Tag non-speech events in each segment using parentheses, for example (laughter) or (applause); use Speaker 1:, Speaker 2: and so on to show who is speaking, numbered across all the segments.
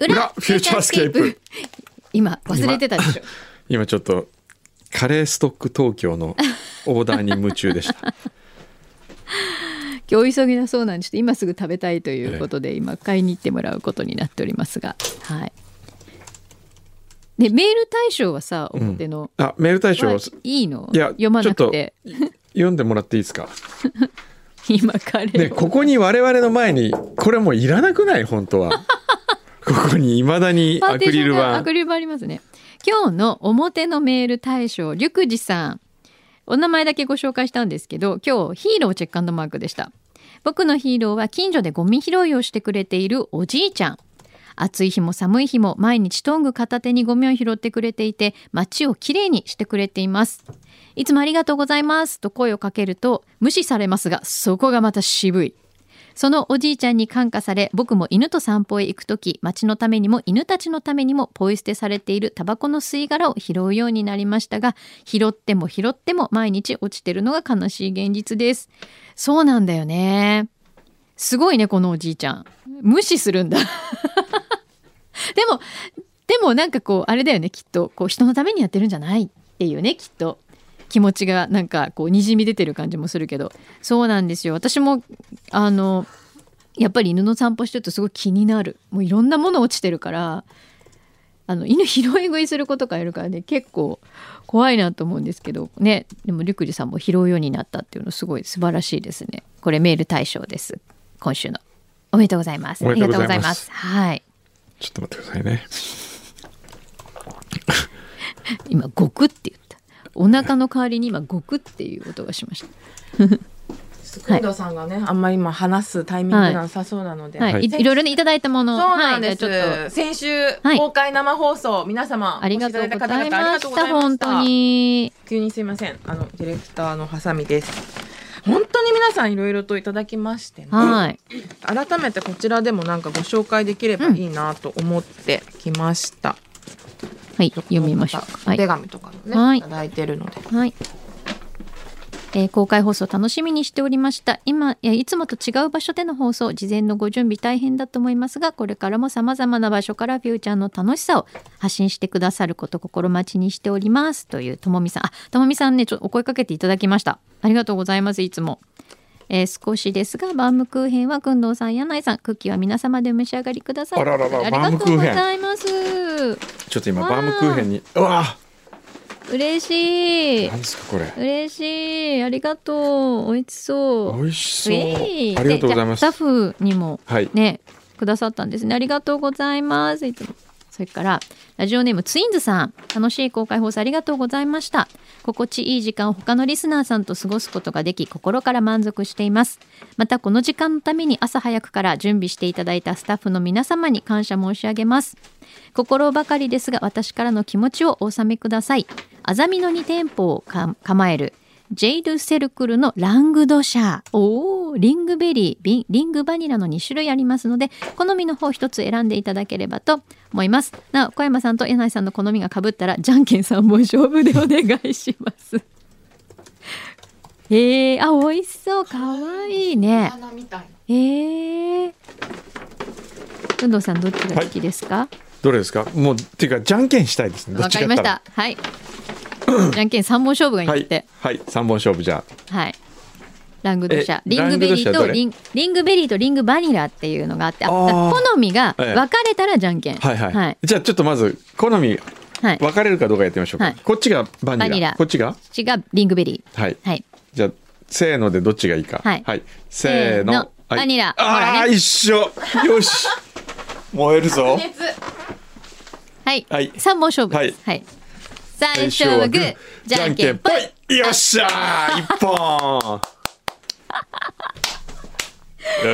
Speaker 1: フューチャースケープ。
Speaker 2: 今忘れてたでしょ
Speaker 1: 今ちょっとカレーストック東京のオーダーに夢中でした
Speaker 2: (laughs) 今日急ぎだそうなんでちょっと今すぐ食べたいということで、今買いに行ってもらうことになっておりますがはいでメール対象はさ表の、
Speaker 1: あメール対象
Speaker 2: はいいいの
Speaker 1: いや
Speaker 2: 読まなくて
Speaker 1: ちょっと読んでもらっていい
Speaker 2: (laughs)
Speaker 1: ですか
Speaker 2: 今カレ
Speaker 1: で
Speaker 2: ーを
Speaker 1: ここに我々の前にこれもういらなくない本
Speaker 2: (laughs)
Speaker 1: 当はここにいまだに
Speaker 2: パー
Speaker 1: ア
Speaker 2: ティ
Speaker 1: ク
Speaker 2: シ
Speaker 1: リ
Speaker 2: ョン
Speaker 1: ル
Speaker 2: がア
Speaker 1: 板
Speaker 2: クリル板ありますね今日の表のメール大賞緑二さんお名前だけご紹介したんですけど今日ヒーローチェックマークでした僕のヒーローは近所でゴミ拾いをしてくれているおじいちゃん暑い日も寒い日も毎日トング片手にゴミを拾ってくれていて街をきれいにしてくれていますいつもありがとうございますと声をかけると無視されますがそこがまた渋いそのおじいちゃんに感化され僕も犬と散歩へ行く時町のためにも犬たちのためにもポイ捨てされているタバコの吸い殻を拾うようになりましたが拾っても拾っても毎日落ちてるのが悲しい現実ですそうなんだよねすごいねこのおじいちゃん無視するんだでも (laughs) でもなんかこうあれだよねきっとこう人のためにやってるんじゃないっていうねきっと気持ちがなんかこうにじみ出てる感じもするけどそうなんですよ私もあのやっぱり犬の散歩してるとすごい気になるもういろんなもの落ちてるからあの犬拾い食いする子とかいるからね結構怖いなと思うんですけどねでもリュクジさんも拾うようになったっていうのすごい素晴らしいですねこれメール対象です今週のおめでとうございます
Speaker 1: おめでとうございます
Speaker 2: ありがとうございますはい
Speaker 1: ちょっと待ってくださいね
Speaker 2: 今ゴクって言ったお腹の代わりに今ゴクっていう音がしまし
Speaker 3: 工藤さんがね、あんまり今話すタイミングなさそうなので、
Speaker 2: たはい、い、
Speaker 3: せ
Speaker 2: いろいろねいただいたもの
Speaker 3: そうなんです、
Speaker 2: はい、じゃあちょっと
Speaker 3: 先週、
Speaker 2: い
Speaker 3: 公開生放送皆様
Speaker 2: ありがとうござい
Speaker 3: お越しいただいた方々あり
Speaker 2: ま
Speaker 3: がとう
Speaker 2: し
Speaker 3: ござ
Speaker 2: た
Speaker 3: いま
Speaker 2: 本
Speaker 3: した
Speaker 2: 当に
Speaker 3: 急にすいませんあのディレクターのハサミです本当に皆さんいろいろといただきましてね、
Speaker 2: はい
Speaker 3: 改めてこちらでもなんかご紹介できればいいなと思ってきました、
Speaker 2: はい読みましょう
Speaker 3: また
Speaker 2: は
Speaker 3: お手
Speaker 2: い、
Speaker 3: 紙とかもね、、
Speaker 2: はいい
Speaker 3: ただいてるので
Speaker 2: はいえー公開放送楽しみにしておりました今いやいつもと違う場所での放送事前のご準備大変だと思いますがこれからも様々な場所からフューチャーの楽しさを発信してくださること心待ちにしておりますというともみさんあともみさんねちょっとお声かけていただきましたありがとうございますいつもえー少しですがバームクーヘンはくんどうさん柳井さんクッキーは皆様でお召し上がりください
Speaker 1: あらら
Speaker 2: り
Speaker 1: ら
Speaker 2: がとうございます
Speaker 1: ちょっと今
Speaker 2: わー
Speaker 1: バームクーヘンにうわ
Speaker 2: 嬉しい
Speaker 1: 何ですかこれ
Speaker 2: 嬉しいありがとう美味しそう
Speaker 1: 美味しそう
Speaker 2: えい
Speaker 1: ありがとうございま
Speaker 2: でじゃあ
Speaker 1: す
Speaker 2: スタッフにも
Speaker 1: はい
Speaker 2: ねくださったんですねありがとうございますいつもそれからラジオネームツインズさん楽しい公開放送ありがとうございました心地いい時間を他のリスナーさんと過ごすことができ心から満足していますまたこの時間のために朝早くから準備していただいたスタッフの皆様に感謝申し上げます心ばかりですが私からの気持ちをお納めくださいあざみの2店舗をか構えるジェイルセルクルのラングドシャーおーリングベリービリングバニラの2種類ありますので好みの方一つ選んでいただければと思いますなお小山さんと柳井さんの好みがかぶったらじゃんけん3本勝負でお願いします (laughs) えー、あ美味しそうかわいいね
Speaker 3: 花みたい
Speaker 2: えー、運動さんどっちが好きですか、
Speaker 1: どれですかもうっていうかじゃんけんしたいですねど
Speaker 2: わ
Speaker 1: っち
Speaker 2: かり
Speaker 1: かっ
Speaker 2: ま
Speaker 1: た
Speaker 2: し
Speaker 1: ら
Speaker 2: た。はい。じゃんけん三本勝負がいいん
Speaker 1: は
Speaker 2: だっ
Speaker 1: い
Speaker 2: て。
Speaker 1: はい三本勝負じゃ
Speaker 2: はい。ラングドシャ
Speaker 1: え
Speaker 2: リングベリー
Speaker 1: ラングドシャ
Speaker 2: と
Speaker 1: どれ
Speaker 2: リンリングベリーとリングバニラっていうのがあって、あ
Speaker 1: あー
Speaker 2: 好みが
Speaker 1: ええ
Speaker 2: 分かれたらじゃんけん。
Speaker 1: あはいはい、
Speaker 2: はい。
Speaker 1: じゃあちょっとまず好み
Speaker 2: はい。こ
Speaker 1: 分かれるかどうかやってみましょうか、
Speaker 2: はい
Speaker 1: こっちがバニ
Speaker 2: バ
Speaker 1: ラ
Speaker 2: ニラ
Speaker 1: こっちが
Speaker 2: っちがリングベリ
Speaker 1: はい
Speaker 2: ー。はい。
Speaker 1: じゃあせーのでどっちがいいか
Speaker 2: はい
Speaker 1: せ
Speaker 2: せー
Speaker 1: ーの
Speaker 2: の
Speaker 1: はい
Speaker 2: バニラほ
Speaker 1: あ
Speaker 2: ら
Speaker 1: ー、
Speaker 2: ね
Speaker 1: 一緒よ
Speaker 2: (laughs)
Speaker 1: し燃えるぞ
Speaker 3: 熱
Speaker 2: はい
Speaker 1: はい。
Speaker 2: 三本勝負です。はい。最初はグー、じゃんけんぽい。
Speaker 1: いよっしゃー
Speaker 2: (laughs)
Speaker 1: 一本よ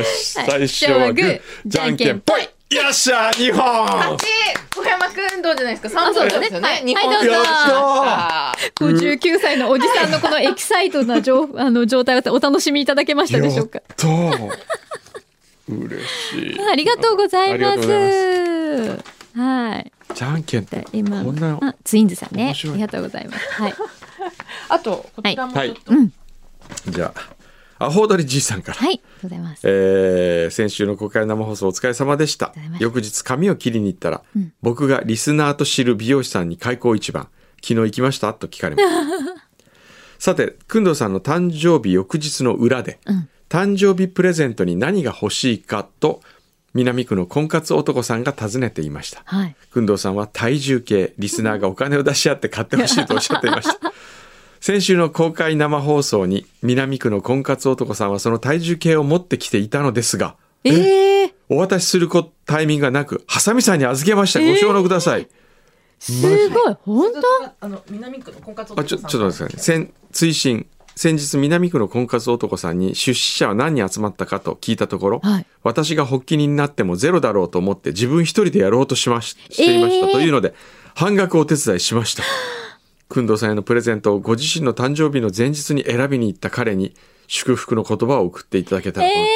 Speaker 1: し、
Speaker 2: はい
Speaker 1: 最初はグーじゃんけんぽいよっしゃー二本
Speaker 3: ち小山くんどうじゃないですか三
Speaker 2: そう
Speaker 3: 本
Speaker 2: ですね
Speaker 3: ですよね
Speaker 2: はい
Speaker 3: 日本
Speaker 2: はいどうぞ
Speaker 3: やったー
Speaker 2: 五十九歳のおじさんのこのエキサイトな状あの状態をお楽しみいただけましたでしょ
Speaker 1: や
Speaker 2: う
Speaker 1: っ
Speaker 2: か。
Speaker 1: たー嬉しい
Speaker 2: ありがとうございま
Speaker 1: ありがとうご
Speaker 2: す。はい。
Speaker 1: じゃんけん
Speaker 2: で今
Speaker 1: こんな
Speaker 2: あツインズさんね
Speaker 1: 面。白
Speaker 2: あ
Speaker 1: い
Speaker 2: りがとうございます。はい。
Speaker 3: あとこちらもちょっと、
Speaker 1: はいじゃあアホ踊りじいさんから、
Speaker 2: はい、ありがとうございます。
Speaker 1: えー先週の公開生放送お疲れ様でした
Speaker 2: りがとうございました
Speaker 1: 翌日髪を切りに行ったら、僕がリスナーと知る美容師さんに開口一番「昨日行きました?」と聞かれました
Speaker 2: (laughs)
Speaker 1: さて工藤さんの誕生日翌日の裏で、誕生日プレゼントに何が欲しいかと南区の婚活男さんが尋ねていました
Speaker 2: はい。
Speaker 1: 工藤さんは体重計リスナーがお金を出し合って買ってほしいとおっしゃっていました先週の公開生放送に南区の婚活男さんはその体重計を持ってきていたのですが
Speaker 2: ええ
Speaker 1: お渡しするこタイミングがなくハサミさんに預けましたご承諾ください、
Speaker 2: すごい、本当。
Speaker 3: あの南区の婚活
Speaker 1: あちょちょっと待ってください先追伸先日南区の婚活男さんに出資者は何人集まったかと聞いたところ、
Speaker 2: はい
Speaker 1: 私が発起人になってもゼロだろうと思って自分一人でやろうとしまししていました、
Speaker 2: えー
Speaker 1: というので半額お手伝いしました (gasps) 工藤さんへのプレゼントをご自身の誕生日の前日に選びに行った彼に祝福の言葉を送っていただけたら
Speaker 2: え
Speaker 1: と思いま
Speaker 2: え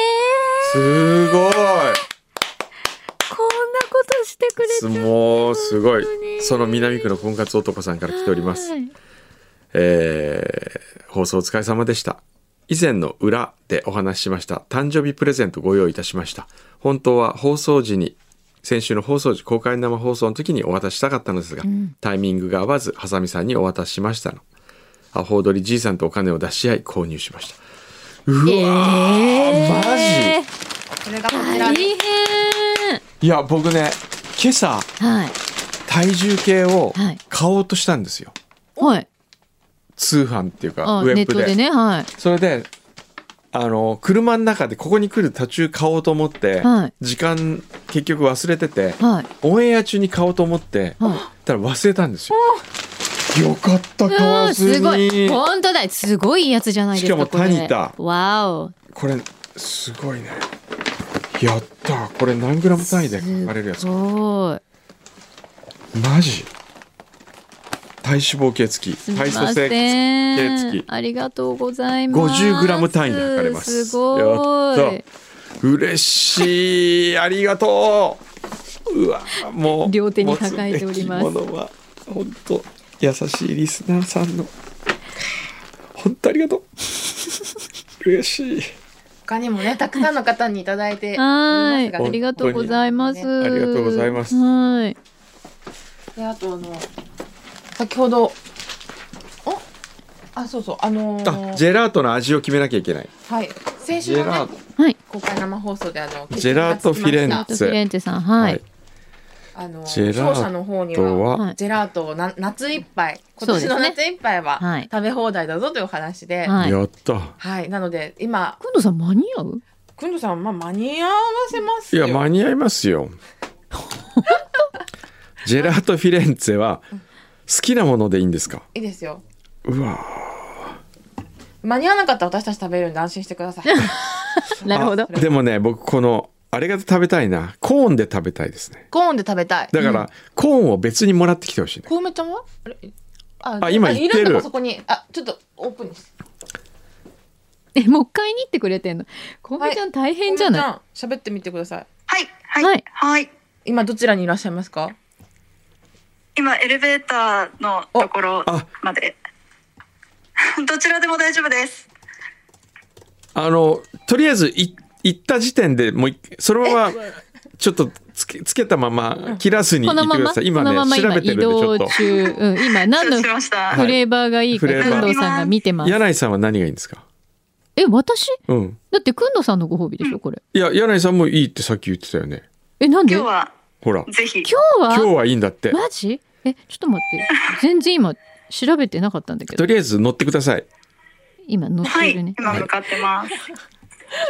Speaker 1: す、すご
Speaker 2: こ
Speaker 1: い
Speaker 2: んなことしてくれ
Speaker 1: すもうすごい
Speaker 2: 本当に
Speaker 1: その南区の婚活男さんから来ております
Speaker 2: はい
Speaker 1: えー放送お疲れ様でした。以前の裏でお話ししました誕生日プレゼントご用意いたしました。本当は放送時に、先週の放送時、公開生放送の時にお渡ししたかったのですが、タイミングが合わず、ハサミさんにお渡ししましたの。アホウドリじいさんとお金を出し合い購入しました。うわー、
Speaker 2: えー
Speaker 3: これがこちら
Speaker 2: 大変。
Speaker 1: いや、僕ね、今朝、
Speaker 2: はい。
Speaker 1: 体重計を
Speaker 2: はい
Speaker 1: 買おうとしたんですよ。
Speaker 2: はい。
Speaker 1: 通販っていうか、
Speaker 2: あ、
Speaker 1: ウェブ
Speaker 2: ネットでね、はい。
Speaker 1: それであの車の中でここに来る途中買おうと思って、
Speaker 2: はい
Speaker 1: 時間結局忘れてて、
Speaker 2: はい。
Speaker 1: オンエア中に買おうと思って、
Speaker 2: はい
Speaker 1: たら忘れたんですよ。よかった買
Speaker 2: う
Speaker 1: わ
Speaker 2: ん、
Speaker 1: ずに
Speaker 2: すごい。本当だ。すごいいいやつじゃないですか。
Speaker 1: しかも
Speaker 2: これ
Speaker 1: タニタ
Speaker 2: わお。
Speaker 1: これすごいねやったこれ何グラム単位で書かれるやつ
Speaker 2: すご
Speaker 1: マジ体脂肪計付き
Speaker 2: い。すみ
Speaker 1: 体組
Speaker 2: ま
Speaker 1: 成計
Speaker 2: せ
Speaker 1: 付
Speaker 2: ん
Speaker 1: き。
Speaker 2: ありがとうございます。
Speaker 1: 50グラム単位で測れます。
Speaker 2: すご
Speaker 1: やっ
Speaker 2: い。
Speaker 1: た嬉しい、ありがとう。うわ、もう
Speaker 2: 両手に抱えております
Speaker 1: 持つべきものは本当優しいリスナーさんの本当ありがとう。嬉しい。
Speaker 3: 他にもねたくさんの方にいただいており
Speaker 2: は
Speaker 3: ます
Speaker 2: い、
Speaker 3: が
Speaker 2: ありがとうございます。
Speaker 3: 本
Speaker 1: 当にありがとうございます
Speaker 2: はい、
Speaker 3: であとあの先ほどおあそうそうあのー
Speaker 1: あ、ジェラートの味を決めなきゃいけない。
Speaker 3: はい先
Speaker 1: ジ
Speaker 3: 週
Speaker 1: ェ
Speaker 3: の
Speaker 1: ラ
Speaker 3: ね
Speaker 1: ート、
Speaker 2: はい、
Speaker 3: 公開生放送であの
Speaker 1: ジェラートフィレン
Speaker 3: 決定がつきまし
Speaker 2: ト
Speaker 3: た
Speaker 2: フィレンツェさん、はい、
Speaker 3: あの
Speaker 1: ジェラート
Speaker 3: 商社の方に
Speaker 1: と
Speaker 3: は
Speaker 1: は、
Speaker 2: はい
Speaker 3: ジェラートをな夏いっぱい今
Speaker 2: そうです
Speaker 3: 年
Speaker 2: ね
Speaker 3: の夏いっぱい
Speaker 2: は
Speaker 3: はい食べ放題だぞというお話で、はい
Speaker 2: はい。
Speaker 1: やった。
Speaker 3: なので今
Speaker 2: くんどさん間に合う？
Speaker 3: くんどさんまあ間に合わせます
Speaker 1: い
Speaker 3: よ
Speaker 1: や間に合いま
Speaker 2: (laughs)
Speaker 1: すよ。ジェラートフィレンツェは好きなものでいいんですか。
Speaker 3: いいですよ
Speaker 1: うわ。
Speaker 3: 間に合わなかったら私たち食べるんで安心してください
Speaker 2: なるほど
Speaker 1: あ。でもね僕このあれが食べたいなコーンで食べたいですね。
Speaker 3: コーンで食べたい
Speaker 1: だから、コーンを別にもらってきてほしいね。
Speaker 3: コウメちゃんはあれあ
Speaker 1: あ今言ってる
Speaker 3: いんだそこにあちょっとオープンにして
Speaker 2: え、もう一回にってくれてんの。コウメちゃん大変じゃない？
Speaker 3: コウメちゃん喋ってみてください
Speaker 4: はい、はい、
Speaker 2: は
Speaker 4: はいい。
Speaker 3: 今どちらにいらっしゃいますか
Speaker 4: 今、エレベーターのところ
Speaker 1: あ
Speaker 4: まで。 (laughs) どちらでも大丈夫です。
Speaker 1: あのとりあえずい行った時点でもういそのままちょっとつけつけたまま切らずに行
Speaker 2: こ
Speaker 1: っ
Speaker 2: の
Speaker 1: て
Speaker 2: まま、
Speaker 1: くださ
Speaker 2: こ
Speaker 1: い。今
Speaker 2: のまま
Speaker 1: ね調
Speaker 2: 今
Speaker 1: べてる
Speaker 2: 移
Speaker 1: んでちょ
Speaker 2: 動
Speaker 1: っと。
Speaker 2: 中、うん、今何の
Speaker 4: 失礼しました。
Speaker 2: フレーバーがいいか、
Speaker 1: フレーバー
Speaker 2: くんどさんが見てます。
Speaker 1: 柳井さんは何がいいんですか。
Speaker 2: え、私？
Speaker 1: うん。
Speaker 2: だってくんどさんのご褒美でしょこれ。
Speaker 1: いや柳井さんもいいってさっき言ってたよね。
Speaker 2: え、なんで？
Speaker 4: 今日
Speaker 2: 今
Speaker 4: は、
Speaker 1: ほら
Speaker 4: ぜひ。
Speaker 2: 日は？
Speaker 1: 今日はいいんだって。
Speaker 2: マジ？え、ちょっと待って。全然今調べてなかったんだけ
Speaker 1: と
Speaker 2: ど。
Speaker 1: りあえず乗ってください。
Speaker 2: 今乗っ
Speaker 4: は
Speaker 2: て
Speaker 4: い、
Speaker 2: るね。
Speaker 4: 今向かってます。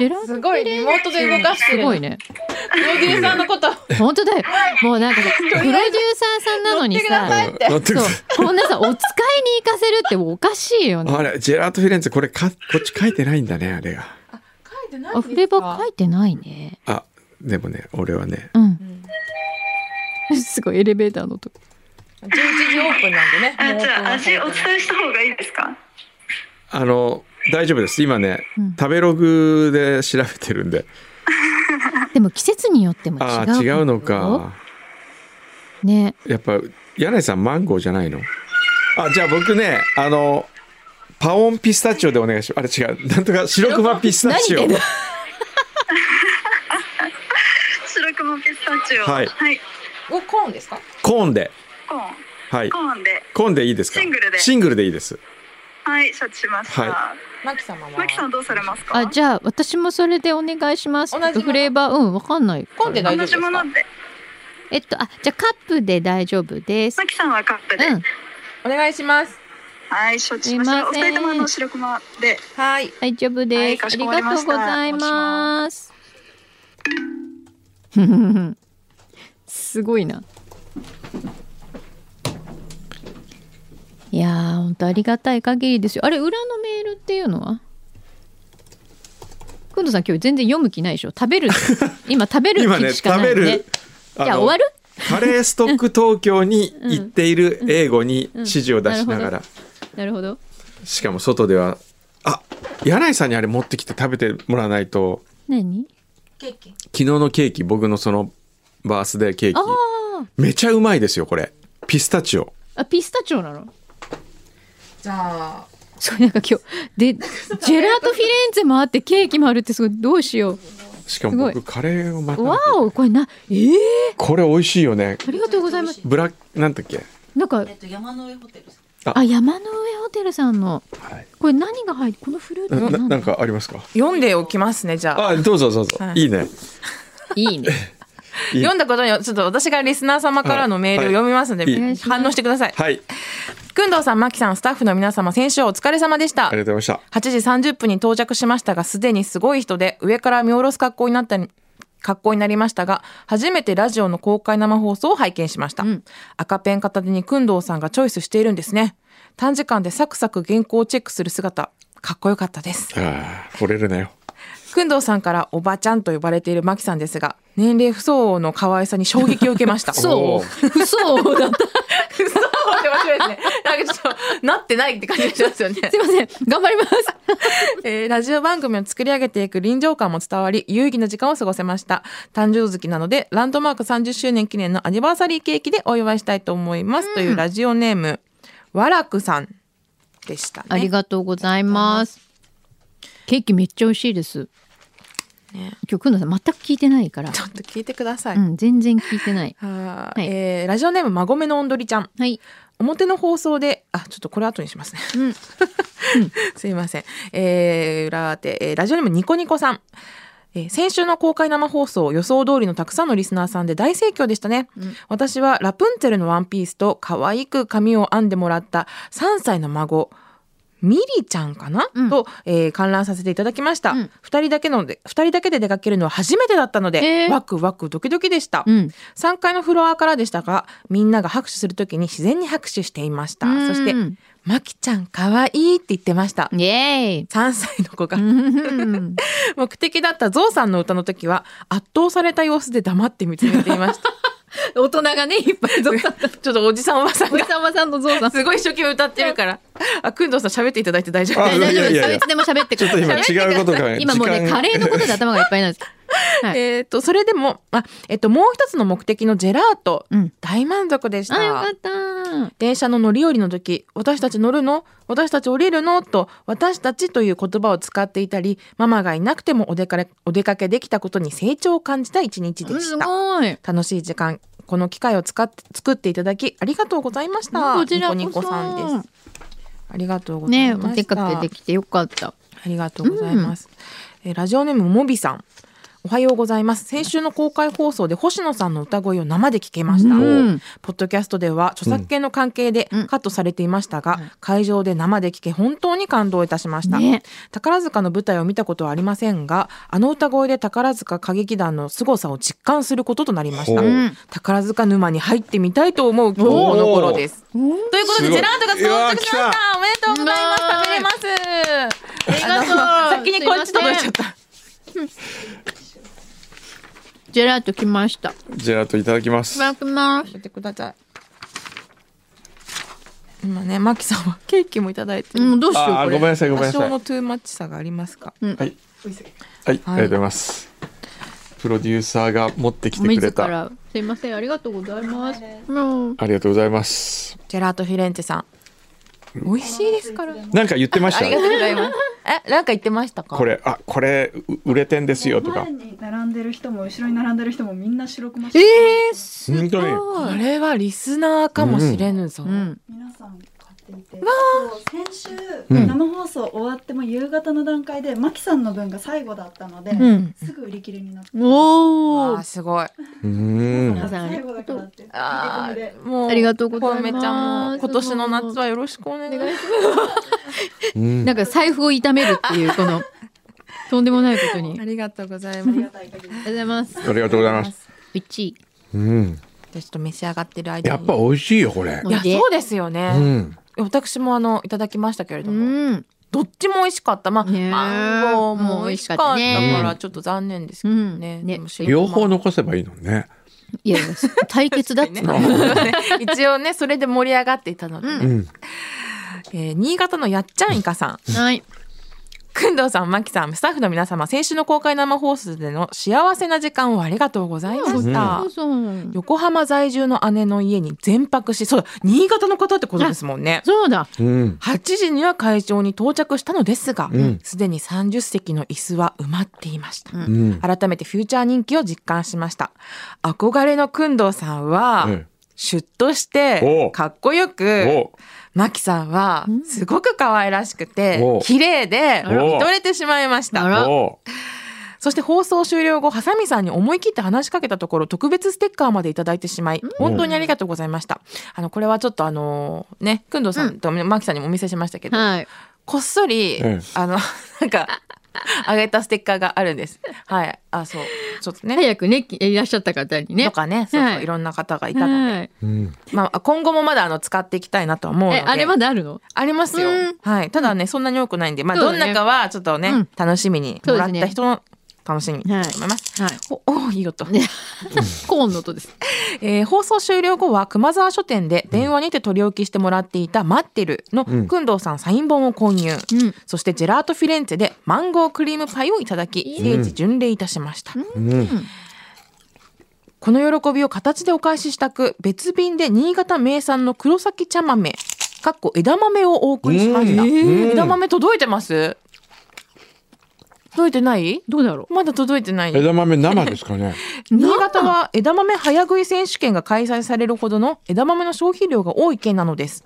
Speaker 2: ジェラート
Speaker 3: すごいリモートで動かして
Speaker 2: す
Speaker 3: る
Speaker 2: ごいね。
Speaker 3: プロデューサーのこと
Speaker 2: 本当だよ。もうなんかさ、プロデューサーさんなのに
Speaker 3: 乗ってくださ
Speaker 2: さ、
Speaker 3: いって
Speaker 1: うん乗ってく
Speaker 2: そ
Speaker 1: だ
Speaker 2: う
Speaker 1: さい。、
Speaker 2: こんなさ、お使いに行かせるっておかしいよね。
Speaker 1: あれ、ジェラートフィレンツェ、これか、こっち書いてないんだね、あれが。
Speaker 3: 書いてない
Speaker 2: あ、フレーバー書いてないね。
Speaker 1: あ、でもね、俺はね、
Speaker 2: うん。 (laughs) すごい、エレベーターの音。
Speaker 3: 11時オープンなんでね
Speaker 4: あ、じゃあ、味お
Speaker 3: 落ち
Speaker 4: 伝えした方がいいですか。
Speaker 1: あの、大丈夫です。今ね、
Speaker 2: うん
Speaker 1: 食べログで調べてるんで。
Speaker 2: でも季節によっても違う。
Speaker 1: ああ、違うの。か。
Speaker 2: ね。
Speaker 1: やっぱ、柳井さん、マンゴーじゃないのあ、じゃあ僕ね、あの、パオンピスタチオでお願いします。あれ違う。なんとか白熊ピスタチオ。
Speaker 2: 何言ってんの
Speaker 4: 白熊ピスタチオ。
Speaker 1: はい
Speaker 4: はい。
Speaker 3: おコーンですか
Speaker 1: コーンで。
Speaker 4: コーン。
Speaker 1: はい。
Speaker 4: コーンで。
Speaker 1: コーンでいいですか
Speaker 4: シングルで
Speaker 1: シングルでいいです。
Speaker 4: はい、承知しました。
Speaker 1: は
Speaker 3: マキ様は
Speaker 4: マキさんどうされますか。
Speaker 2: あじゃあ私もそれでお願いします
Speaker 3: 同じもの
Speaker 2: フレーバーうんわかんない
Speaker 3: コーンで大丈夫
Speaker 4: 同
Speaker 3: です
Speaker 4: じ
Speaker 3: か
Speaker 4: もので。
Speaker 2: えっとあじゃあカップで大丈夫です
Speaker 4: マキさんはカップで。
Speaker 2: うん
Speaker 3: お願いします
Speaker 4: はい、承知しまし
Speaker 2: すい
Speaker 4: た。
Speaker 2: ま
Speaker 4: お
Speaker 2: せん
Speaker 4: 二人ともあの白熊で。
Speaker 3: はい
Speaker 2: 大丈夫です、
Speaker 4: はいかしこまり
Speaker 2: あり
Speaker 4: ま
Speaker 2: がと
Speaker 4: し
Speaker 2: う
Speaker 4: た
Speaker 2: ございますふふふす (laughs) ごいないやー本当ありがたい限りですよあれ裏のメールっていうのはくんどさん今日全然読む気ないでしょ食べ
Speaker 4: (laughs)
Speaker 2: る今食べる
Speaker 1: 今
Speaker 2: 気
Speaker 1: ね、
Speaker 2: しか
Speaker 1: 食
Speaker 2: ない
Speaker 1: べ
Speaker 2: よね
Speaker 1: る。あ
Speaker 2: じゃあ
Speaker 1: の
Speaker 2: 終わる
Speaker 1: カレーストック東京に行っている英語に指示を出しな
Speaker 2: うんう
Speaker 1: が
Speaker 2: んな
Speaker 1: ら、
Speaker 2: なるほど
Speaker 1: しかも外では、あ、柳井さんにあれ持ってきて食べてもらわないと、
Speaker 2: 何
Speaker 3: ケーキ
Speaker 1: 昨日のケーキ、僕のそのバースデーケーキ
Speaker 2: あ、ー
Speaker 1: めちゃうまいですよ、これ。ピスタチオ。
Speaker 2: あピスタチオなの
Speaker 3: じゃあ
Speaker 2: そうなんか今日 (laughs) でジェラートフィレンツェもあってケーキもあるってすごいどうしよ
Speaker 1: しか
Speaker 2: す
Speaker 1: も
Speaker 2: ごい
Speaker 1: 僕、カレーをま
Speaker 2: う
Speaker 1: た。
Speaker 2: わおこれなええ
Speaker 1: これ美味しいよね。
Speaker 2: ありがとうございます
Speaker 1: ブラック、なんだっけ。
Speaker 2: なんか
Speaker 5: えっと、山の上ホテルさん
Speaker 2: あ山の上ホテルさんの
Speaker 1: はい。
Speaker 2: これ何が入ってこのフルーツ
Speaker 1: な、
Speaker 2: の
Speaker 1: なんかありますか。
Speaker 3: 読んでおきますねじゃあ
Speaker 1: あ、どうぞどうぞ。
Speaker 3: はい
Speaker 1: いいね。
Speaker 2: いいね
Speaker 1: いい
Speaker 3: 読んだことによちょっと私がリスナー様からのメールを読みますので、
Speaker 1: はいはい
Speaker 2: い
Speaker 3: 反応してください
Speaker 1: はい。
Speaker 3: くんどうさんまきさんスタッフの皆様先週はお疲れ様でした
Speaker 1: ありがとうございまし
Speaker 3: 8時30分に到着しましたがすでにすごい人で上から見下ろす格好になった格好になりましたが初めてラジオの公開生放送を拝見しました、
Speaker 2: うん
Speaker 3: 赤ペン片手に工藤さんがチョイスしているんですね短時間でサクサク原稿をチェックする姿かっこよかったです
Speaker 1: た。ああ、惚れるなよ。
Speaker 3: 工藤さんからおばちゃんと呼ばれているマキさんですが年齢不相応の可愛さに衝撃を受け (laughs) ました
Speaker 1: お
Speaker 2: そう
Speaker 1: ー
Speaker 2: 不相応だった
Speaker 3: 不相応って面白いですねなんかちょっとなってないって感じがしますよね
Speaker 2: すいません頑張ります
Speaker 3: えーラジオ番組を作り上げていく臨場感も伝わり、有意義な時間を過ごせました。誕生月なので、ランドマーク30周年記念のアニバーサリーケーキでお祝いしたいと思います。というラジオネーム、わらくさんでしたね。
Speaker 2: (laughs) ありがとうございますケーキめっちゃ美味しいです
Speaker 3: ね
Speaker 2: 今日くんのさん全く聞いてないから
Speaker 3: ちょっと聞いてください。
Speaker 2: うん全然聞いてない
Speaker 3: は
Speaker 2: はい
Speaker 3: えーラジオネーム、まごめのおんどりちゃん。
Speaker 2: はい
Speaker 3: 表の放送で、あ、ちょっとこれ後にしますね。
Speaker 2: うん
Speaker 3: (laughs) すいません。えー、裏で、えーラジオネームニコニコさん。えー先週の公開生放送予想通りのたくさんのリスナーさんで大盛況でしたね、
Speaker 2: うん
Speaker 3: 私はラプンツェルのワンピースと可愛く髪を編んでもらった3歳の孫ミリちゃんかな、
Speaker 2: うん
Speaker 3: と、えー観覧させていただきました、
Speaker 2: う
Speaker 3: 二
Speaker 2: ん
Speaker 3: 人だけので二人だけで出かけるのは初めてだったので、
Speaker 2: えー
Speaker 3: ワクワクドキドキでした、
Speaker 2: うん
Speaker 3: 3階のフロアからでしたがみんなが拍手するときに自然に拍手していましたそして
Speaker 2: うん
Speaker 3: 「まきちゃんかわいい」って言ってました
Speaker 2: イエーイ
Speaker 3: 3歳の子が
Speaker 2: うん
Speaker 3: 目的だったゾウさんの歌の時は圧倒された様子で黙って見つめていま
Speaker 2: (laughs)
Speaker 3: した
Speaker 2: 大人がねいっぱいゾウさん
Speaker 3: ちょっとおじさんおばさん
Speaker 2: (laughs) おじ
Speaker 3: が
Speaker 2: さまさんとゾウさん
Speaker 3: すごい一生懸命歌ってるからあくんどうさん喋っていただいて大丈夫
Speaker 1: あ
Speaker 2: 大丈夫
Speaker 1: いやいやいや
Speaker 2: ですいつでも喋ってく
Speaker 1: ちょ
Speaker 2: ださ
Speaker 1: っ
Speaker 2: い
Speaker 1: と
Speaker 2: (laughs)
Speaker 1: 今違うことが。
Speaker 2: 今もう
Speaker 1: 時
Speaker 2: ね
Speaker 1: 間
Speaker 2: カレーのことで頭がいっぱいなんですはい
Speaker 3: えっとそれでもあえっともう一つの目的のジェラート、
Speaker 2: うん
Speaker 3: 大満足でした
Speaker 2: あよかった
Speaker 3: 電車の乗り降りの時私たち乗るの私たち降りるのと私たちという言葉を使っていたりママがいなくてもお出かけお出かけできたことに成長を感じた一日でした、
Speaker 2: すごい
Speaker 3: 楽しい時間この機会を使って作っていただきありがとうございました
Speaker 2: こちらこそ
Speaker 3: ニコニコさんですありがとうござ
Speaker 2: ね
Speaker 3: い
Speaker 2: お
Speaker 3: ま
Speaker 2: 出
Speaker 3: した、
Speaker 2: かけできてよかった
Speaker 3: ありがとうございます、えーラジオネームもびさんおはようございます先週の公開放送で星野さんの歌声を生で聞けました、
Speaker 2: うん
Speaker 3: ポッドキャストでは著作権の関係で
Speaker 2: うん
Speaker 3: カットされていましたが、
Speaker 2: うん
Speaker 3: 会場で生で聴け本当に感動いたしました、
Speaker 2: ね
Speaker 3: 宝塚の舞台を見たことはありませんがあの歌声で宝塚歌劇団の凄さを実感することとなりまし
Speaker 1: ほ
Speaker 3: た
Speaker 1: う
Speaker 2: うん
Speaker 3: 宝塚沼に入ってみたいと思う今日この頃ですということ
Speaker 1: す
Speaker 3: で
Speaker 1: ごい
Speaker 3: ジェラートが到着しま
Speaker 1: うわ来
Speaker 3: したおめでとうございます
Speaker 2: うわー
Speaker 3: 食べれます
Speaker 2: ありがとう
Speaker 3: 先にこっち届いちゃ
Speaker 2: す
Speaker 3: った
Speaker 2: ませんジェラート来ましたい
Speaker 1: ジェラートいただきます
Speaker 2: た。だきます
Speaker 3: 食べてください今ねマキさんはケーキもいただいてる、
Speaker 2: うんどうしよう
Speaker 1: ああ、
Speaker 2: こ
Speaker 1: ご
Speaker 2: れ
Speaker 1: めんなさい、ごめん
Speaker 3: 多
Speaker 1: なさい。
Speaker 3: 少
Speaker 1: は
Speaker 3: の
Speaker 1: い、
Speaker 3: トゥーマッチさがありますか
Speaker 1: ありがとうございます。プロデューサーが持ってきてくれ
Speaker 2: 自
Speaker 1: た。
Speaker 2: らすいませんありがとうございますうん
Speaker 1: ありがとうございます。
Speaker 3: ジェラートフィレンツェさん美味しいですから。あ
Speaker 1: なんか言ってまし
Speaker 3: りがと
Speaker 1: た
Speaker 3: うございます。え、なんか言ってましたか。
Speaker 1: こ。れあこれう売れてんですよとか
Speaker 5: 前に並んでる人も後ろに並んでる人もみんな白熊
Speaker 2: え
Speaker 5: 市
Speaker 2: えー、すごい
Speaker 1: 本当に
Speaker 3: これはリスナーかもしれぬぞ。
Speaker 2: うん、
Speaker 5: 皆さん買っていてそう先週、
Speaker 1: うん
Speaker 5: 生放送終わっても夕方の段階でマキさんの分が最後だったので、
Speaker 2: うん、
Speaker 5: すぐ売り切れになって
Speaker 2: お
Speaker 3: わ
Speaker 2: お
Speaker 3: あ、すごい。
Speaker 1: うーん
Speaker 2: ん
Speaker 5: 最後だからって駆け込
Speaker 3: あ
Speaker 5: みで
Speaker 3: ーもう
Speaker 2: ありがとうございます
Speaker 3: コウメちゃんも今年の夏はよろしくお願いします。
Speaker 1: うん
Speaker 2: なんか財布を痛めるっていうこのとんでもないことにあり
Speaker 3: あ
Speaker 2: が
Speaker 3: りがとうござい
Speaker 5: あ
Speaker 3: ます。
Speaker 5: りがたい限りです
Speaker 2: とうございます
Speaker 1: ありがとうございます。
Speaker 2: 1位
Speaker 1: うん、
Speaker 3: じゃあちょっと召し上がってる間
Speaker 1: や
Speaker 3: に。
Speaker 1: っぱ美味しいよこれ。
Speaker 2: おい
Speaker 3: い
Speaker 2: で
Speaker 3: や、そうですよ
Speaker 1: う
Speaker 3: ね。
Speaker 1: ん、
Speaker 3: 私もあの、いただきましたけれど
Speaker 2: う
Speaker 3: も、
Speaker 2: ん
Speaker 3: どっちも美味しかった。まあ、
Speaker 2: ねえ
Speaker 3: マンゴーも美味しかったか
Speaker 2: もう美味しかった
Speaker 3: ら、
Speaker 2: ね
Speaker 3: ちょっと残念です
Speaker 2: う
Speaker 3: けど
Speaker 2: ん
Speaker 3: ね。
Speaker 2: ね
Speaker 3: でも白
Speaker 1: 両
Speaker 3: 熊
Speaker 1: 方残せばいいのね。
Speaker 2: いやいや対決だっつうの
Speaker 3: ね (laughs) 一応ね、それで盛り上がっていたので
Speaker 2: う
Speaker 3: ね
Speaker 1: う。ん、
Speaker 3: えー新潟のやっちゃんいかさん、
Speaker 2: はい
Speaker 3: くんどうさん、まきさん、スタッフの皆様、先週の公開生放送での幸せな時間をありがとうございました
Speaker 2: そう。そう
Speaker 3: 横浜在住の姉の家に全泊し、そうだ、新潟の方ってことですもんね。
Speaker 2: そうだ
Speaker 1: うん、
Speaker 3: 8時には会場に到着したのですが
Speaker 1: うん、
Speaker 3: すで、に30席の椅子は埋まっていました。
Speaker 2: うん
Speaker 1: うん。
Speaker 3: 改めてフューチャー人気を実感しました。憧れのくんどうさんは、
Speaker 1: え
Speaker 3: シュッとし
Speaker 1: おう
Speaker 3: て、かっこよ
Speaker 1: え
Speaker 3: く、
Speaker 1: お、
Speaker 3: マキさんは
Speaker 2: うん
Speaker 3: すごく可愛らしくて
Speaker 1: お
Speaker 3: 綺麗で
Speaker 1: あら
Speaker 3: 見とれてしまいまし
Speaker 2: あ
Speaker 3: た
Speaker 2: ら
Speaker 1: お、
Speaker 3: そして放送終了後ハサミさんに思い切って話しかけたところ特別ステッカーまでいただいてしまい本当にありがとうございましたあのこれはちょっとあのねくんどうさんとマキさんにもお見せしましたけど、
Speaker 2: はい
Speaker 3: こっそり、
Speaker 1: ええ
Speaker 3: あの (laughs) なんかあげたステッカーがあるんですはいあそうちょっとね
Speaker 2: 早くねいらっしゃった方にね
Speaker 3: とかねそうそう、
Speaker 2: はい
Speaker 3: い、ろんな方がいたので、
Speaker 2: はい
Speaker 1: うん、
Speaker 3: まあ、今後もまだあの使っていきたいなとは思うの
Speaker 2: え
Speaker 3: で
Speaker 2: あれまだあるの
Speaker 3: ありますよ
Speaker 2: うん。
Speaker 3: はい。ただね、そんなに多くないんで、まあ、
Speaker 2: そう
Speaker 3: ど
Speaker 2: だ
Speaker 3: ん
Speaker 2: ね
Speaker 3: なかは、ちょっとね、
Speaker 2: うん
Speaker 3: 楽しみに、
Speaker 2: そうで
Speaker 3: もら
Speaker 2: す
Speaker 3: っ
Speaker 2: ね
Speaker 3: た人の楽しみにと思います。
Speaker 2: はい
Speaker 3: お、 (laughs) お、いい音。
Speaker 2: ねコーンの音です
Speaker 3: えー放送終了後は、熊沢書店で電話にて取り置きしてもらっていた、待ってるの、
Speaker 1: うん
Speaker 3: くんどうさんサイン本を購入。
Speaker 2: うん
Speaker 3: そして、ジェラートフィレンツェでマンゴークリームパイをいただき、
Speaker 2: いい
Speaker 3: 聖地巡礼いたしました。
Speaker 1: うん、
Speaker 3: この喜びを形でお返ししたく、別便で新潟名産の黒崎茶豆、かっこ枝豆をお送りしました。
Speaker 1: うんえー
Speaker 3: 枝豆届いてます届いてない
Speaker 2: どうだろ
Speaker 3: まだ届いてない。
Speaker 1: 枝豆生ですかね。
Speaker 2: う
Speaker 3: 新潟は枝豆早食い選手権が開催されるほどの枝豆の消費量が多い県なのです。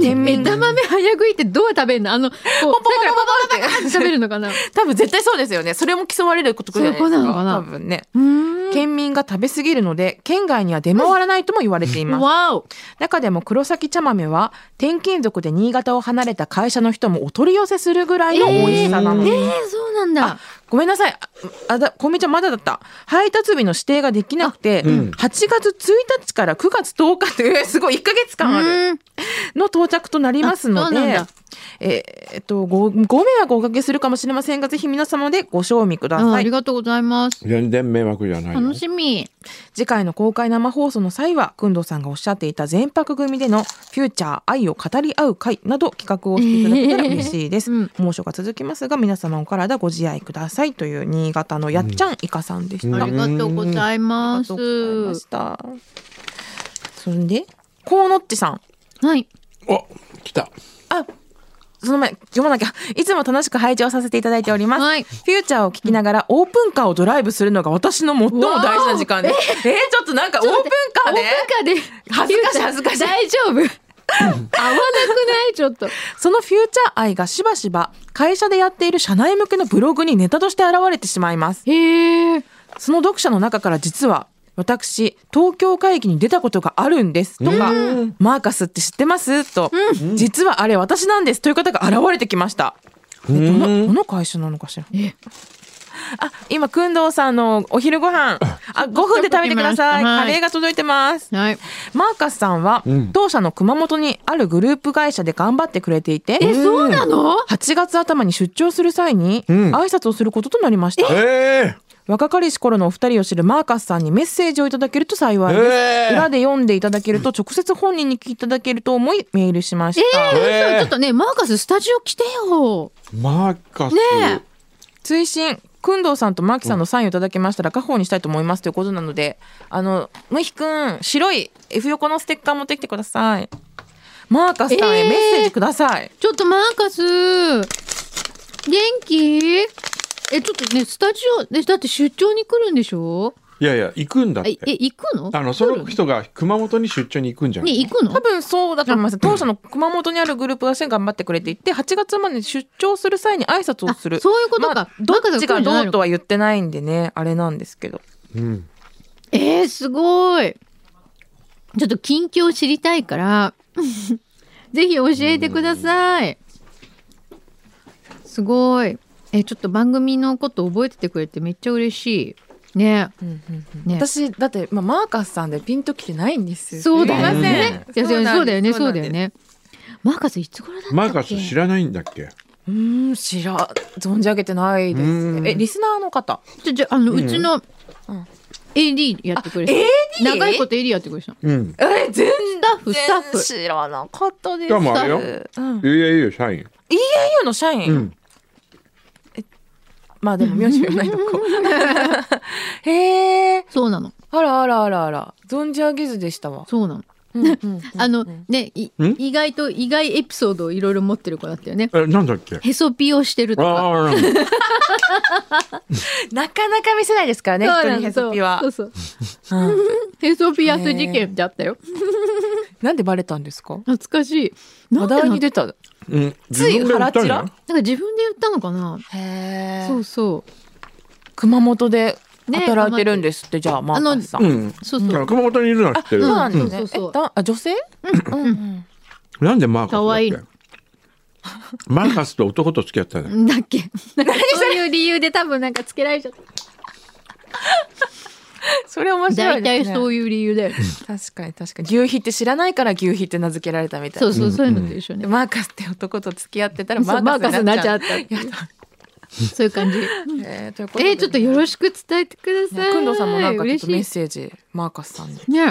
Speaker 3: 県民
Speaker 2: 枝豆早食いってどう食べるのあのこうだからパパパパパって食べるのかな
Speaker 3: 多分絶対そうですよね。それも競われることじゃないですか。
Speaker 2: そういうことなのかな
Speaker 3: 多分ね。
Speaker 2: うん
Speaker 3: 県民が食べ過ぎるので、県外には出回らないとも言われています。
Speaker 2: わお
Speaker 3: 中でも黒崎茶豆は転勤族で新潟を離れた会社の人もお取り寄せするぐらいの美味しさなの
Speaker 2: え
Speaker 3: で、
Speaker 2: ーそうなんだ
Speaker 3: ごめんなさいああだこみちゃんまだだった配達日の指定ができなくて、
Speaker 1: うん
Speaker 3: 8月1日から9月10日というすごい1ヶ月間ある
Speaker 2: うん
Speaker 3: の到着となりますの
Speaker 2: あそうなん
Speaker 3: で
Speaker 2: だ
Speaker 3: えーえっとごご迷惑をおかけするかもしれませんがぜひ皆様でご賞味くだ
Speaker 2: あ
Speaker 3: さ
Speaker 2: あり
Speaker 3: い
Speaker 2: がとうございます
Speaker 1: 全然迷惑じゃないよ。
Speaker 2: 楽しみ
Speaker 3: 次回の公開生放送の際はくんどうさんがおっしゃっていた全泊組でのフューチャー愛を語り合う会など企画をしていただけたら嬉しいです、
Speaker 2: うん
Speaker 3: 猛暑が続きますが皆様お体ご自愛くださいという新潟のやっちゃんいかさんでした、
Speaker 1: うん
Speaker 2: ありがとうござい
Speaker 3: あ
Speaker 2: ま
Speaker 3: りが
Speaker 2: す
Speaker 3: とうございました。そんで、こうのっちさん。
Speaker 2: はい
Speaker 1: お、来た。
Speaker 3: あ、その前、読まなきゃ。いつも楽しく拝聴させていただいております。
Speaker 2: はい
Speaker 3: フューチャーを聞きながらオープンカーをドライブするのが私の最も大事な時間です。えーちょっとなんかオープンカーで
Speaker 2: で
Speaker 3: (laughs) 恥ずかしい恥ずかしい
Speaker 2: 大丈夫合わなくないちょっと
Speaker 3: そのフューチャー愛がしばしば会社でやっている社内向けのブログにネタとして現れてしまいます。
Speaker 2: へえ
Speaker 3: その読者の中から実は私東京会議に出たことがあるんですとか、マーカスって知ってますと、実はあれ私なんですという方が現れてきました。でどのどの会社なのかしら
Speaker 2: え。
Speaker 3: あ、今くんどうさんのお昼ご飯、あ、5分で食べてく
Speaker 2: 届き
Speaker 3: ださい。
Speaker 2: ましたはい
Speaker 3: カレーが届いてます。
Speaker 2: はい
Speaker 3: マーカスさんは、
Speaker 1: うん
Speaker 3: 当社の熊本にあるグループ会社で頑張ってくれていて、
Speaker 2: えそうなの
Speaker 3: 8月頭に出張する際に
Speaker 1: うん
Speaker 3: 挨拶をすることとなりました。
Speaker 1: え
Speaker 3: 若かりし頃のお二人を知るマーカスさんにメッセージをいただけると幸いです、
Speaker 1: えー
Speaker 3: 裏で読んでいただけると直接本人に聞いていただけると思いメールしました、
Speaker 1: え
Speaker 2: そう
Speaker 1: え
Speaker 2: ちょっとねマーカススタジオ来てよ
Speaker 1: マーカス。
Speaker 2: ね
Speaker 3: 追伸くんどうさんとマキさんのサインをいただきましたら家宝にしたいと思いますということなのであのむひくん白い F 横のステッカー持ってきてくださいマーカスさん
Speaker 2: えー
Speaker 3: へメッセージください。
Speaker 2: ちょっとマーカス元気えちょっとねスタジオえだって出張に来るんでしょ
Speaker 1: いやいや行くんだっ
Speaker 2: え
Speaker 1: て
Speaker 2: え行くの
Speaker 1: あのその人が熊本に出張に行くんじゃん、
Speaker 2: ね行くの
Speaker 3: 多分そうだと思います。当初の熊本にあるグループが頑張ってくれていて、8月まで出張する際に挨拶をする
Speaker 2: あ。そういうことか、
Speaker 3: まあ、どっちが
Speaker 2: マ
Speaker 3: ど
Speaker 2: ーカス来るんじゃないの
Speaker 3: うとは言ってないんでね、あれなんですけど。
Speaker 1: うん、
Speaker 2: えー、すごいちょっと近況知りたいから (laughs) ぜひ教えてくださいすごいえちょっと番組のこと覚えててくれてめっちゃ嬉しいねね
Speaker 3: 私だって、まあ、マーカスさんでピンときてないんですよ。
Speaker 2: そうだよ
Speaker 1: すいませ
Speaker 2: ねい
Speaker 1: ん
Speaker 2: やいやそうだよね
Speaker 3: な
Speaker 2: そうんだ
Speaker 3: です
Speaker 2: よ。ねマーカスいつ頃だったっけ
Speaker 1: マーカス知らないんだっけ
Speaker 3: うーん、知ら、存じ上げてないで
Speaker 1: う
Speaker 3: す
Speaker 1: ん
Speaker 3: ね。え、リスナーの方。
Speaker 2: ちょちょあの、う
Speaker 1: うん
Speaker 2: ちの
Speaker 3: うん
Speaker 2: AD やってくれてた、
Speaker 3: AD
Speaker 2: 長いこと AD やってくれてたの
Speaker 1: うん
Speaker 3: え、全
Speaker 2: スタッフスタッフ
Speaker 3: 知らなかったです。
Speaker 1: どうもあれよ
Speaker 3: うん。
Speaker 1: UAU 社員
Speaker 3: EU の社員。
Speaker 1: うん
Speaker 3: まあでも名字がないとこ。
Speaker 2: (laughs)
Speaker 3: へえ。
Speaker 2: そうなの
Speaker 3: あらあらあらあら。存じ上げずでしたわ。
Speaker 2: そうなのあのねい
Speaker 1: ん
Speaker 2: 意外と意外エピソードをいろいろ持ってる子だったよね
Speaker 1: えなんだっけ
Speaker 2: へそピをしてるとか
Speaker 1: ああーなんか
Speaker 3: (laughs) なかなか見せないですからね、
Speaker 2: そう
Speaker 3: 人
Speaker 2: な
Speaker 3: に
Speaker 2: の
Speaker 3: ヘソピは
Speaker 2: そう。そう
Speaker 3: うん
Speaker 2: ヘソピアス事件ってあったよ
Speaker 3: なんでバレたんですか
Speaker 2: 懐かしいな
Speaker 3: 話
Speaker 2: んでな
Speaker 3: 題
Speaker 2: なんか
Speaker 3: に出た。へ
Speaker 1: うん
Speaker 3: つい
Speaker 1: 自分で言ったんじゃない
Speaker 2: 自分で言ったのかな
Speaker 3: え
Speaker 2: そうそう
Speaker 3: 熊本で
Speaker 2: ね
Speaker 3: 働いてるんですって、じゃあ、マーカスさん。
Speaker 1: うん
Speaker 2: そう
Speaker 1: だ
Speaker 2: そ
Speaker 1: か
Speaker 2: う
Speaker 1: ら熊本にいるのは知ってる
Speaker 3: そうなんですね。
Speaker 2: うんそうそう
Speaker 3: えだあ女性？ (laughs) うんうん。
Speaker 1: なんでマーカスだ
Speaker 2: かわいい
Speaker 1: っけマーカスと男と付き合ったんだよ
Speaker 2: だっけそういう理由で多分なんかつけられちゃった
Speaker 3: それ面白
Speaker 2: 大
Speaker 3: いで
Speaker 2: 体
Speaker 3: すね。
Speaker 2: そういう理由だよね
Speaker 3: 確かに確かに牛皮って知らないから牛皮って名付けられたみたい
Speaker 2: そ
Speaker 3: な。
Speaker 2: うそうそういうのと一緒ね
Speaker 3: でマーカスって男と付き合ってたら
Speaker 2: そ
Speaker 3: マ
Speaker 2: うマー
Speaker 3: ー
Speaker 2: カ
Speaker 3: カ
Speaker 2: ス
Speaker 3: ス
Speaker 2: になっ
Speaker 3: になっ
Speaker 2: ち
Speaker 3: ち
Speaker 2: ゃ
Speaker 3: ゃ
Speaker 2: っ
Speaker 3: ったた。
Speaker 2: ってそういう感じ
Speaker 3: え (laughs) ーということで
Speaker 2: えー、ちょっとよろしく伝えてくださ
Speaker 3: ね
Speaker 2: い。
Speaker 3: くんどうさんもなんかちょっとメッ
Speaker 2: 嬉し
Speaker 3: セージマーカスさんに。
Speaker 2: い。ね、
Speaker 1: いや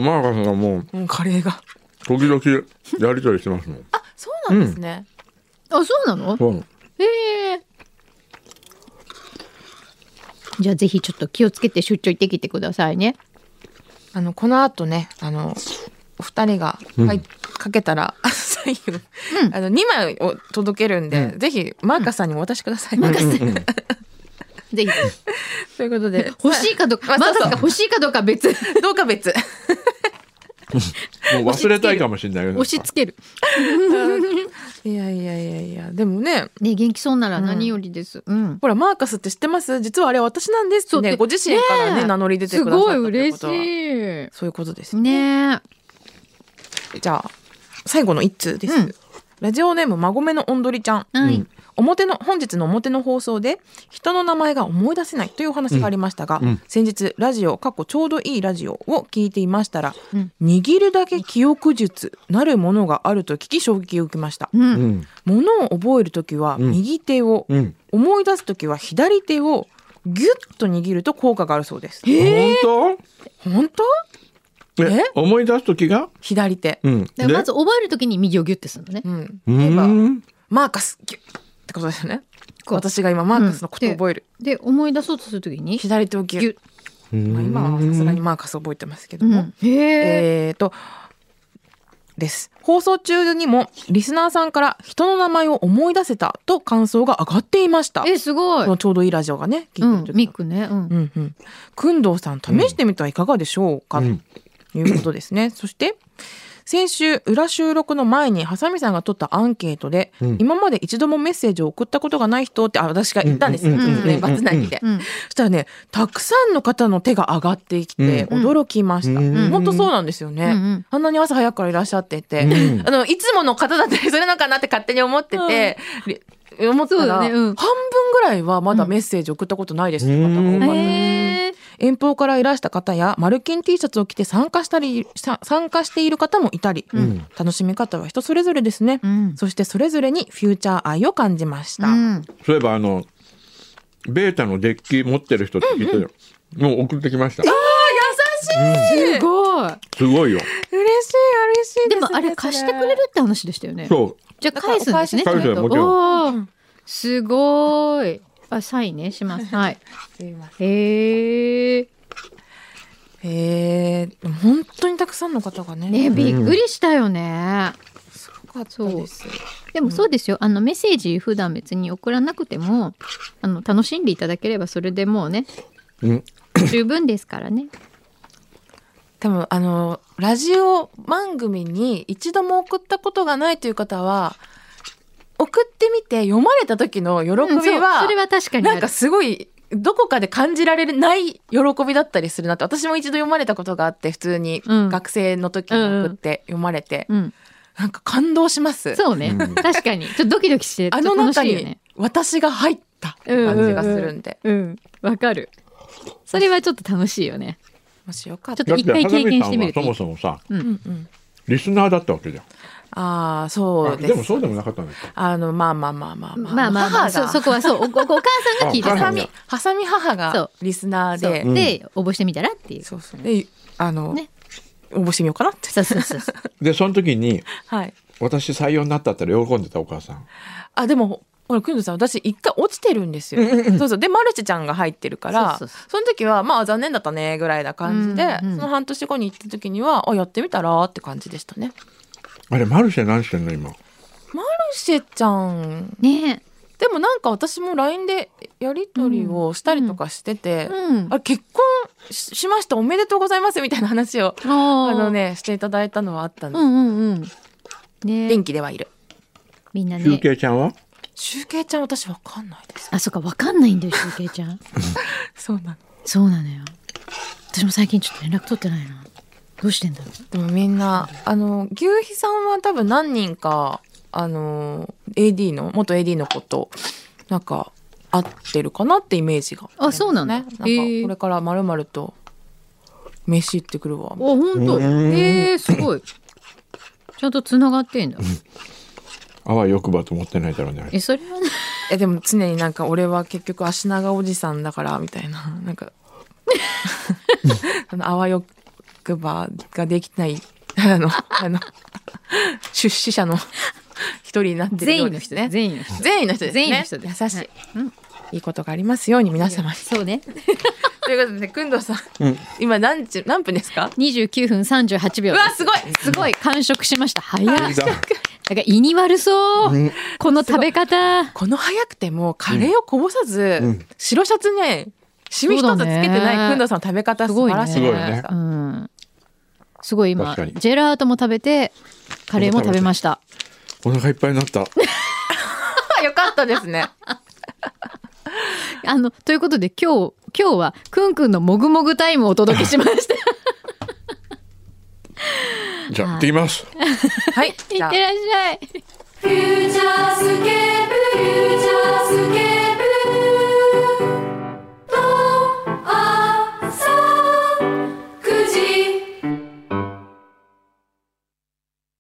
Speaker 1: マーカスがもう
Speaker 3: うんカレーが。
Speaker 1: 時々やりとりしてますもん
Speaker 3: あそうなんですね。
Speaker 2: あ、そうなの。
Speaker 1: そう
Speaker 2: ええじゃあ、ぜひちょっと気をつけて出張行ってきてくださいね。
Speaker 3: あのこの後ねあのお二人が、はいかけたら (laughs) サインを、あの二枚を届けるんで、ぜひマーカスさんにもお渡しください。 (laughs) マーカス
Speaker 2: ぜひ。
Speaker 3: (laughs) ということで
Speaker 2: 欲しいかどうか、
Speaker 3: ま
Speaker 2: マ
Speaker 3: あ
Speaker 2: ーカス
Speaker 3: そ
Speaker 2: が
Speaker 3: うそう
Speaker 2: 欲しいかどうか
Speaker 3: (laughs)
Speaker 2: 別。押
Speaker 3: どうか別。
Speaker 1: もう忘れたいかもしれないけど
Speaker 2: し付ける。
Speaker 3: いやいやいやいやでもね
Speaker 2: ね、元気そうなら何よりです。うん。
Speaker 3: ほらマーカスって知ってます実はあれ私なんですって
Speaker 2: そう
Speaker 3: ねご自身からね
Speaker 2: え
Speaker 3: 名乗り出て
Speaker 2: す
Speaker 3: くださっ
Speaker 2: ご
Speaker 3: た
Speaker 2: い
Speaker 3: という
Speaker 2: 嬉
Speaker 3: ことは
Speaker 2: し
Speaker 3: そういうことです
Speaker 2: い。ね
Speaker 3: じゃあ最後の一通です、
Speaker 2: うん
Speaker 3: ラジオネームまごめのおんどりちゃん
Speaker 2: え。はい。
Speaker 3: 表の本日の表の放送で人の名前が思い出せないというお話がありましたが、
Speaker 1: うんうん
Speaker 3: 先日ラジオ過去ちょうどいいラジオを聞いていましたら、
Speaker 2: うん
Speaker 3: 握るだけ記憶術なるものがあると聞き衝撃を受けました、
Speaker 2: う。
Speaker 1: うんん
Speaker 3: ものを覚えるときは
Speaker 1: うん
Speaker 3: 右手を、
Speaker 1: うん
Speaker 3: 思い出すときは左手をギュッと握ると効果があるそうです
Speaker 1: 本
Speaker 3: 本当
Speaker 1: 当
Speaker 3: え
Speaker 1: え思い出す時が
Speaker 3: 左手
Speaker 1: うん
Speaker 2: だからまず覚えるときに右をギュッてするのね。
Speaker 3: うん
Speaker 1: う
Speaker 3: 例えば
Speaker 1: ーん
Speaker 3: マーカスギュッってことですよね
Speaker 2: こう
Speaker 3: 私が今マーカスのことを覚える、
Speaker 2: で、思い出そうとするときに。
Speaker 3: 左手をギュッ
Speaker 2: ギュッ
Speaker 1: うーん
Speaker 3: まあ、今はさすがにマーカス覚えてますけども、
Speaker 2: へえ。
Speaker 3: えー、とです放送中にもリスナーさんから人の名前を思い出せたと感想が上がっていました
Speaker 2: え、すご
Speaker 3: こ
Speaker 2: い。
Speaker 3: のちょうどいいラジオがね聞
Speaker 2: う
Speaker 3: い
Speaker 2: ん
Speaker 3: て、る時
Speaker 2: ミッ
Speaker 3: の
Speaker 2: クね。うん
Speaker 3: う。んうん工藤さん試してみてはいかがでしょうか、
Speaker 1: うん
Speaker 3: ということですねそして先週裏収録の前にハサミさんが取ったアンケートで、
Speaker 1: うん
Speaker 3: 今まで一度もメッセージを送ったことがない人ってあ私が言ったんですよ、
Speaker 1: うん
Speaker 2: うんうん
Speaker 3: 年末内にで、
Speaker 2: うん
Speaker 3: そしたらねたくさんの方の手が上がってきて
Speaker 2: うん
Speaker 3: 驚きました、
Speaker 1: うん
Speaker 3: 本当そうなんですよね、
Speaker 2: うんうん
Speaker 3: あんなに朝早くからいらっしゃってて、
Speaker 1: うん
Speaker 3: あのいつもの方だったりするのかなって勝手に思ってて、り思った
Speaker 2: そうだ
Speaker 3: ら、
Speaker 2: ねうん
Speaker 3: 半分ぐらいはまだメッセージ送ったことないですって方が多かった
Speaker 1: うん
Speaker 2: へー
Speaker 3: 遠方からいらした方やマルキン T シャツを着て参加したりさ参加している方もいたり、
Speaker 1: ん
Speaker 3: 楽しみ方は人それぞれですね、
Speaker 2: うん
Speaker 3: そしてそれぞれにフューチャー愛を感じました、
Speaker 2: うん
Speaker 1: そういえばあのベータのデッキ持ってる人って聞いてるもう送ってきました
Speaker 3: 優しい、
Speaker 2: すごい。
Speaker 1: すごいよ
Speaker 3: 嬉しい嬉しい
Speaker 2: です
Speaker 3: ね
Speaker 2: もあれ貸してくれるって話でしたよね。
Speaker 1: そ
Speaker 2: じゃあ返すんですね。
Speaker 1: う彼女はもちろん
Speaker 2: おーすごい。あサインねします。はい。
Speaker 3: すいません
Speaker 2: へえ。
Speaker 3: へえでも本当にたくさんの方がね
Speaker 2: ねびっくりしたよね、
Speaker 3: すごかったです
Speaker 2: でもそうですよあのメッセージ普段別に送らなくてもあの楽しんでいただければそれでもうね
Speaker 1: うん
Speaker 2: 十分ですからね
Speaker 3: 多分あのラジオ番組に一度も送ったことがないという方は送ってみて読まれた時 (coughs) の喜びは、
Speaker 2: うんそうそれは確かにあ
Speaker 3: な
Speaker 2: る
Speaker 3: んかすごいどこかで感じられない喜びだったりするなって私も一度読まれたことがあって普通に
Speaker 2: うん
Speaker 3: 学生の時に送って読まれて、
Speaker 2: うん、
Speaker 3: なんか感動します
Speaker 2: そうね、
Speaker 1: うん
Speaker 2: 確かにちょっとドキドキして
Speaker 3: あの
Speaker 2: 楽し
Speaker 3: 中
Speaker 2: いよ
Speaker 3: に
Speaker 2: ね
Speaker 3: 私が入ったって感じがするんで、
Speaker 2: うんわかるそれはちょっと楽しいよね
Speaker 3: もしよかっ
Speaker 2: ちょ
Speaker 3: た
Speaker 2: っと一回経験してみると
Speaker 6: だって花見さんはそもそもさ
Speaker 3: うんうん
Speaker 6: リスナーだったわけじゃん
Speaker 3: ああそう
Speaker 6: あ
Speaker 3: です
Speaker 6: でもそうでもなかったんですか
Speaker 3: あのまあまあまあまあまあ
Speaker 2: まあまあまあ
Speaker 3: 母
Speaker 2: そ
Speaker 3: が
Speaker 2: そこはそうおおお母さんが聞いて
Speaker 6: あ
Speaker 3: ハ
Speaker 6: 母さ
Speaker 2: た
Speaker 3: サ
Speaker 6: ん
Speaker 3: ミ
Speaker 6: が、
Speaker 3: ハサミ母
Speaker 2: そ
Speaker 3: が
Speaker 2: う
Speaker 3: リスナー
Speaker 2: そう
Speaker 3: で、
Speaker 2: で応募してみたらっていう
Speaker 3: そうそう。で、あの、
Speaker 2: ね
Speaker 3: 応募してみようかなって。
Speaker 2: そうそうそうそう
Speaker 6: でその時に
Speaker 3: はい。
Speaker 6: 私採用になったったら喜んでたお母さん
Speaker 3: あ、でも、ほら、くんどさん、私一回落ちてるんですよ。そうそう。で、マルチちゃんが入ってるから、
Speaker 2: そ
Speaker 3: そう
Speaker 2: そう
Speaker 3: の時は、まあ、残念だったね、ぐらいな感じで、
Speaker 2: うんうん
Speaker 3: その半年後に行った時には、あ、やってみたらって感じでしたね。
Speaker 6: あれマルシェ何してんの今
Speaker 3: マルシェちゃん、
Speaker 2: ね
Speaker 3: でもなんか私も LINE でやりとりをしたりとかしてて、
Speaker 2: えうん
Speaker 3: あ結婚ししましたおめでとうございますみたいな話を
Speaker 2: あ
Speaker 3: あの
Speaker 2: の
Speaker 3: ねしていただいたのはあったん
Speaker 2: う
Speaker 3: で
Speaker 2: んうんうんねえ
Speaker 3: 元気ではいる
Speaker 2: みんな
Speaker 6: 中
Speaker 2: ね
Speaker 6: 継ちゃんは
Speaker 3: 集計ちゃん私わかんないです
Speaker 2: あそっかわかんないんだよ集計ちゃん
Speaker 3: そうなの
Speaker 2: (laughs) そうなのよ私も最近ちょっと連絡取ってないなどうしてんだろう
Speaker 3: でもみんなあの牛肥さんは多分何人かあの AD の元 AD の子となんか合ってるかなってイメージが
Speaker 2: あそうなんだ
Speaker 3: ねなんかこ
Speaker 2: へえ
Speaker 3: れからまるまると飯行ってくるわ
Speaker 2: お本当
Speaker 6: うん
Speaker 2: えー、すごいちゃんとつながってんだ
Speaker 6: あわよくばと思ってないだろうねあれ
Speaker 2: えそれはね
Speaker 3: えでも常になんか俺は結局足長おじさんだからみたいな (laughs) なんかあのあわよくばができない (laughs) あのあの出資者の一人になってる
Speaker 2: 善
Speaker 3: よう
Speaker 2: 意の
Speaker 3: です
Speaker 2: 人
Speaker 3: ね
Speaker 2: ね善意の人
Speaker 3: 善意の人ですね
Speaker 2: 善意の人です
Speaker 3: 優しい、
Speaker 2: はいうん
Speaker 3: いことがありますように皆様に
Speaker 2: そうね
Speaker 3: ということでくんどうさん、
Speaker 6: うん
Speaker 3: 今何時何分ですか
Speaker 2: 29分38秒
Speaker 3: う
Speaker 2: です
Speaker 3: わすごい
Speaker 2: すごい完食しました早いなんか
Speaker 6: だ
Speaker 2: 胃に悪そう、
Speaker 6: うん
Speaker 2: この食べ方
Speaker 3: この早くてもカレーをこぼさず、
Speaker 6: うん
Speaker 3: 白シャツねシミ一つ
Speaker 2: そうだ
Speaker 3: つけてな
Speaker 2: ね
Speaker 3: いくんどうさんの食べ方
Speaker 2: す
Speaker 3: 素
Speaker 2: ごい
Speaker 3: 晴
Speaker 2: ね
Speaker 3: らしいじゃないですか
Speaker 2: うんすごい今
Speaker 6: 確かに
Speaker 2: ジェラートも食べてカレーも食べました
Speaker 6: お腹いっぱいになった
Speaker 3: (laughs) あよかったですね
Speaker 2: あのということで今日今日はくんくんのもぐもぐタイムをお届けしました
Speaker 3: (laughs)
Speaker 6: じゃあ
Speaker 2: はい
Speaker 6: 行ってきます
Speaker 3: はい
Speaker 2: い
Speaker 3: じゃ
Speaker 2: っ
Speaker 3: あ
Speaker 2: てらっしゃい
Speaker 7: フューチャースケ